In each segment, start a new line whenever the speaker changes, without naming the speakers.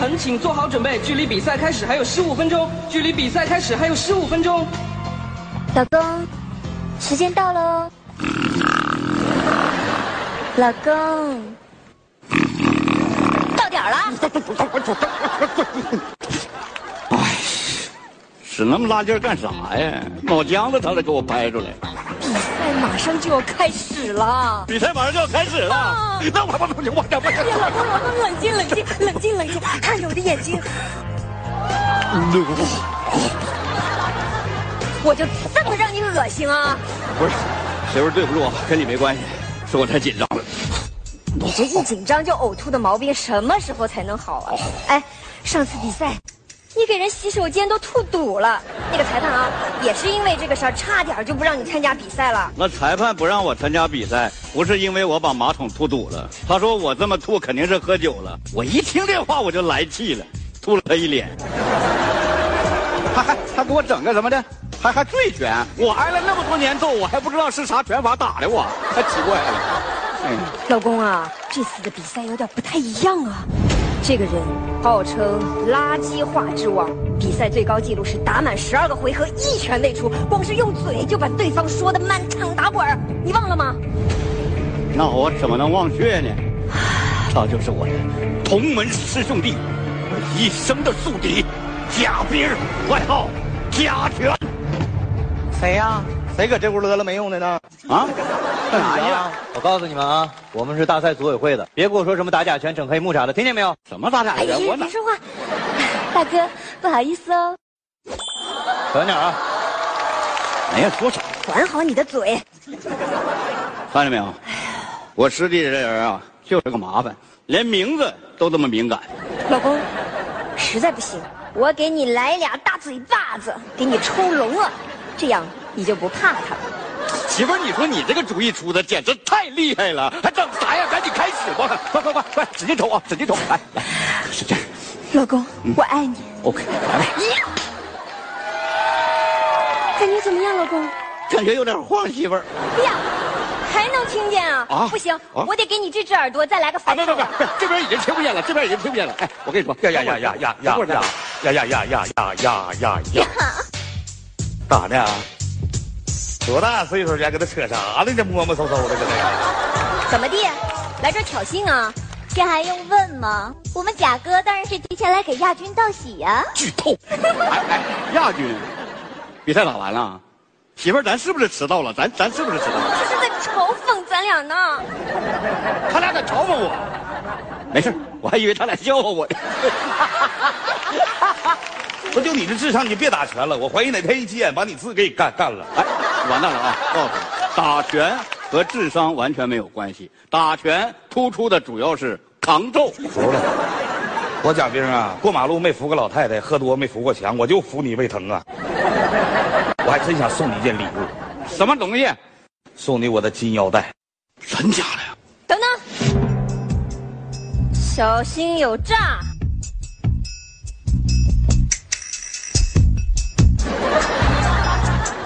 藤，请做好准备，距离比赛开始还有十五分钟，距离比赛开始还有十五分钟。
老公，时间到了哦。老公，到点儿了。
使那么拉劲儿干啥呀？脑浆子他得给我掰出来！
比赛马上就要开始了。
比赛马上就要开始了
啊，
那我我我我
哎呀，
我
老公，老公，冷静，冷静，冷静，冷静，看着我的眼睛，
我
我就这么让你恶心啊！
不是，媳妇儿对不住啊，跟你没关系，是我太紧张了。
你这一紧张就呕吐的毛病什么时候才能好啊？哎，上次比赛，你给人洗手间都吐堵了，那个裁判啊，也是因为这个事儿，差点就不让你参加比赛了。
那裁判不让我参加比赛，不是因为我把马桶吐堵了，他说我这么吐肯定是喝酒了。我一听这话我就来气了，吐了他一脸，还还还给我整个什么的，还还醉拳，我挨了那么多年揍，我还不知道是啥拳法打的我，太奇怪了。哎，
老公啊，这次的比赛有点不太一样啊。这个人号称垃圾话之王，比赛最高纪录是打满十二个回合一拳未出，光是用嘴就把对方说的满场打滚儿，你忘了吗？
那我怎么能忘却呢？他就是我的同门师兄弟，我一生的宿敌，贾冰，啊外号贾拳
谁呀、谁 搁这屋乐了没用的呢？
啊，
哎
干
干啥
啥
呀？
呀？我告诉你们啊，我们是大赛组委会的，别跟我说什么打假拳、整黑幕啥的，听见没有？
怎么打假
哎呀
拳？我，哪
别说话， 大哥，不好意思哦，
小心点啊！
哎呀，说啥？
管好你的嘴。
看见没有？
哎
我师弟这人啊，就是个麻烦，连名字都这么敏感。
老公，实在不行，我给你来俩大嘴巴子，给你抽聋了，这样你就不怕他了。
媳妇儿，你说你这个主意出的简直太厉害了，还等啥呀？赶紧开始吧！快快快快，使劲抽啊，使劲抽！来来，是这样
老公，我爱你。
嗯
哎
，OK，来吧。
感觉怎么样，老公？
感觉有点晃，媳妇儿。
哎呀，还能听见啊？
啊
不行，
啊
我得给你这只耳朵再来个
啊，
反
别
手
别别
的。，
别这边已经听不见了，这边已经听不见了。哎，我跟你说，
呀呀呀呀呀呀呀呀呀呀呀呀呀呀呀！干啥呢？多大岁数人搁这啊扯啥呢？这摸摸搜搜的搁这。
啊
怎么地？啊来这儿挑衅啊？
这还用问吗？我们贾哥当然是提前来给亚军道喜啊呀、
剧透。哎哎，亚军，比赛打完了，媳妇儿，咱是不是迟到了？咱咱是不是迟到了？
这是在嘲讽咱俩呢。
他俩敢嘲讽我？没事，我还以为他俩笑话 我呢。
不就你这智商，你就别打拳了。我怀疑哪天一急眼把你自己给干干了。
哎，完蛋了啊！告诉你，打拳和智商完全没有关系，打拳突出的主要是扛揍。
服了，我贾冰啊，过马路没扶过老太太，喝多没扶过墙，我就扶你胃疼啊。我还真想送你一件礼物，
什么东西？
送你我的金腰带。
真假的呀？
等等，小心有诈！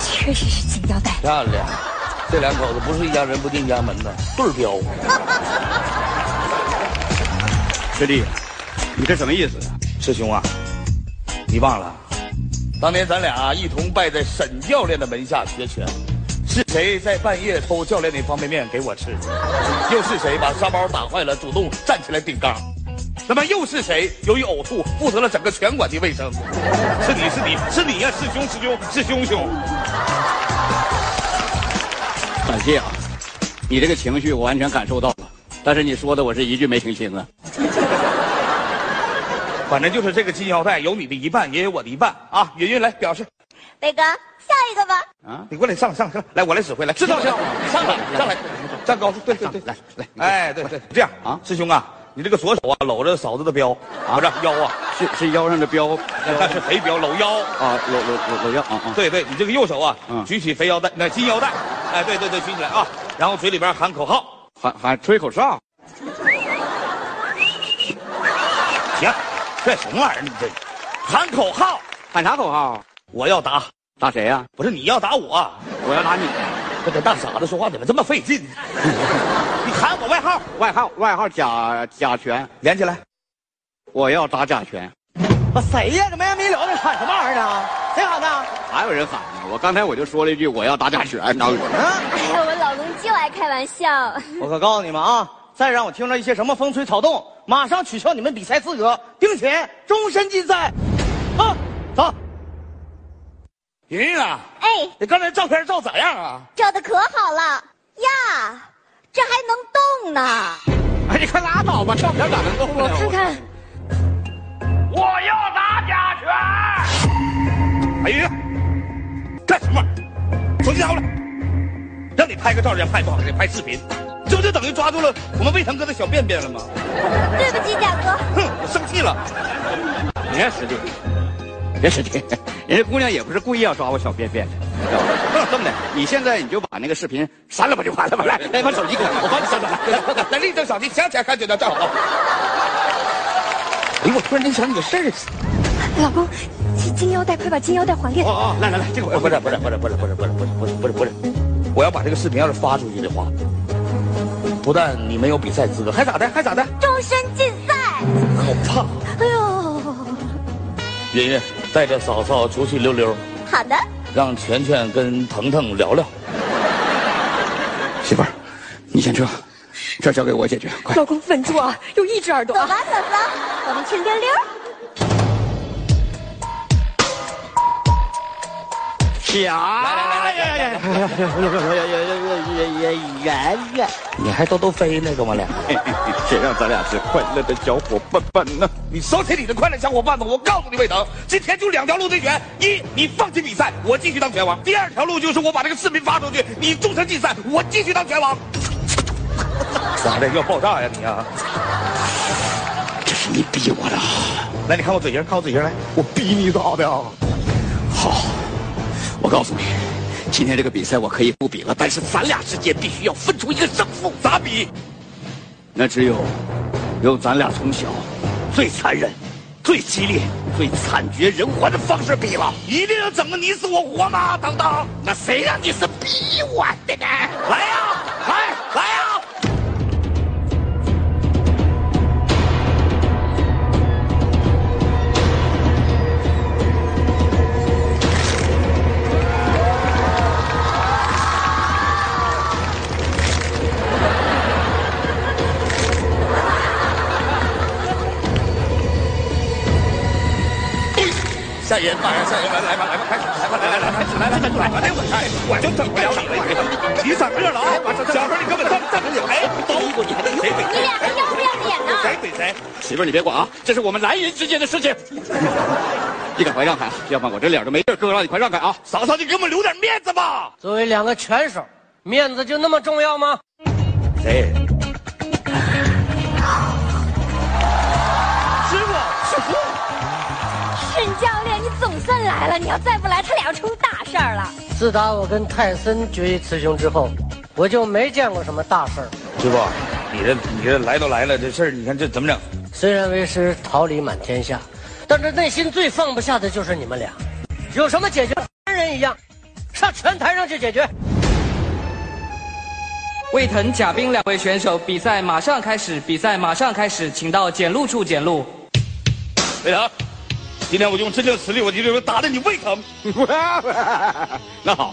确实是金腰带。
漂亮，这两口子不是一家人不进家门呐，对儿彪。
师弟，啊你这什么意思啊？
师兄啊，你忘了，当年咱俩一同拜在沈教练的门下学拳，是谁在半夜偷教练的方便面给我吃？又是谁把沙包打坏了，主动站起来顶缸？那么又是谁由于呕吐负责了整个拳馆的卫生？是你是你是你呀、师兄师兄是兄兄，
感谢啊，你这个情绪我完全感受到了，但是你说的我是一句没听清啊。
反正就是这个金腰带有你的一半，也有我的一半啊！云云来表示，
北哥，下一个吧。
啊，
你过来上上上，来我来指挥来，知道知道，上来上来，站高处，对对对，
来来，
哎，对对，这样
啊
啊，师兄啊，你这个左手啊搂着嫂子的膘，啊，不是腰啊，
是是腰上的标
那是肥膘，搂腰。
啊，搂搂搂搂腰啊啊。
对对，你这个右手啊
嗯，
举起肥腰带，那金腰带，哎，对对对，举起来啊，然后嘴里边喊口号，
还还吹口哨，
行，这什么玩意儿？你这喊口号，
喊啥口号？
我要打，
打谁呀、
不是你要打我，啊
我要打你。
这个大傻子说话怎么这么费 劲？你喊我外号，
外号外号假假拳，
连起来，
我要打假拳。
我谁呀？这没完没了的喊什么玩意儿
啊
呢？谁喊的？
哪有人喊呢？我刚才我就说了一句我要打假拳， 当时
嗯，
哎呀，我老公就爱开玩笑。
我可告诉你们啊，再让我听着一些什么风吹草动，马上取消你们比赛资格，并且终身禁赛。啊，走，
莹莹啊，
哎，
你刚才照片照咋样啊？
照的可好了呀，这还能动呢。
哎，你快拉倒吧，照片咋能够
我
呢？
看看，
哎呀，干什么玩意儿？从家伙来，让你拍个照人家拍不好，得拍视频，这不就等于抓住了我们魏腾哥的小便便了吗？
对不起，贾哥，
哼，我生气了。
你看使劲，别使劲，人家姑娘也不是故意要抓我小便便的，你知道吧？这么的，你现在你就把那个视频删了吧，就完了吧。
哎
来，来，把手机给我，我帮你删了。来
来，立正扫地，向前看就能站好。哎呦，我突然间想起个事儿。
老公，金金腰带，快把金腰带还给我。
哦哦，来来来，这个我
不是不是不是不是不是不是不是不是不是不是，我要把这个视频要是发出去的话，不但你没有比赛资格，还咋的？还咋的？
终身禁赛。
好哎怕！
哎呦，
莹莹带着嫂嫂出去溜溜，
好的，
让全全跟腾腾聊聊。
媳妇儿，你先撤，这儿交给我解决，快。
老公稳住啊，有一只耳朵
走
啊。
吧，嫂嫂，我们去溜溜。
呀，
哎
来来来来来来，
你还逗逗飞呢，跟我俩。
谁让咱俩是快乐的小伙伴伴呢？
你收起你的快乐小伙伴们，我告诉你，魏腾，今天就两条路对决：一，你放弃比赛，我继续当拳王；第二条路就是我把这个视频发出去，你终身禁赛，我继续当拳王。咋的？要爆炸呀你啊！
这是你逼我的啊！
来，你看我嘴型，看我嘴型来，我逼你咋的啊？
好，我告诉你，今天这个比赛我可以不比了，但是咱俩之间必须要分出一个胜负。
咋比？
那只有用咱俩从小最残忍、最激烈、最惨绝人寰的方式比了。
啊一定要整个你死我活啊吗？等等，
那谁让你是逼我的呢？
来呀、来来呀、下人马上下人，来来吧，来吧，开始，来吧，来来来，开始，来来来，来来，我哎，我就整不了你了，你闪个了啊！小时候你根本站站不了，哎，包裹你还得用，谁
你俩还要不要脸呢？
谁怼谁？
媳妇儿，你别管啊，这是我们男人之间的事情。你赶快让开，啊要不然我这脸都没地儿搁了。你快让开啊！
嫂嫂，你给我们留点面子吧。
作为两个拳手，面子就那么重要吗？
谁？
沈教练，你总算来了，你要再不来，他俩要出大事儿了。
自打我跟泰森决一雌雄之后，我就没见过什么大事儿。
师傅，你这你这来都来了，这事儿你看这怎么整？
虽然为师桃李满天下，但这内心最放不下的就是你们俩。有什么解决？三人一样，上拳台上去解决。
魏腾、贾冰两位选手，比赛马上开始，比赛马上开始，请到检录处检录。
魏腾，今天我用真正实力，我就打的你胃疼。
那好，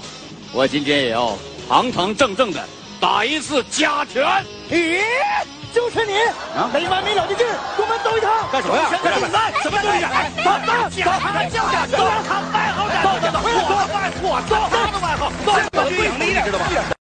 我今天也要堂堂正正的打一次假拳。
咦，就是您，没完没了的劲儿，给我们抖一趟。
干什么呀？
什么来？什么东西？走走走，他叫假走，他外号走走走，我我我，他的外号，走，我不赢你，知道吧？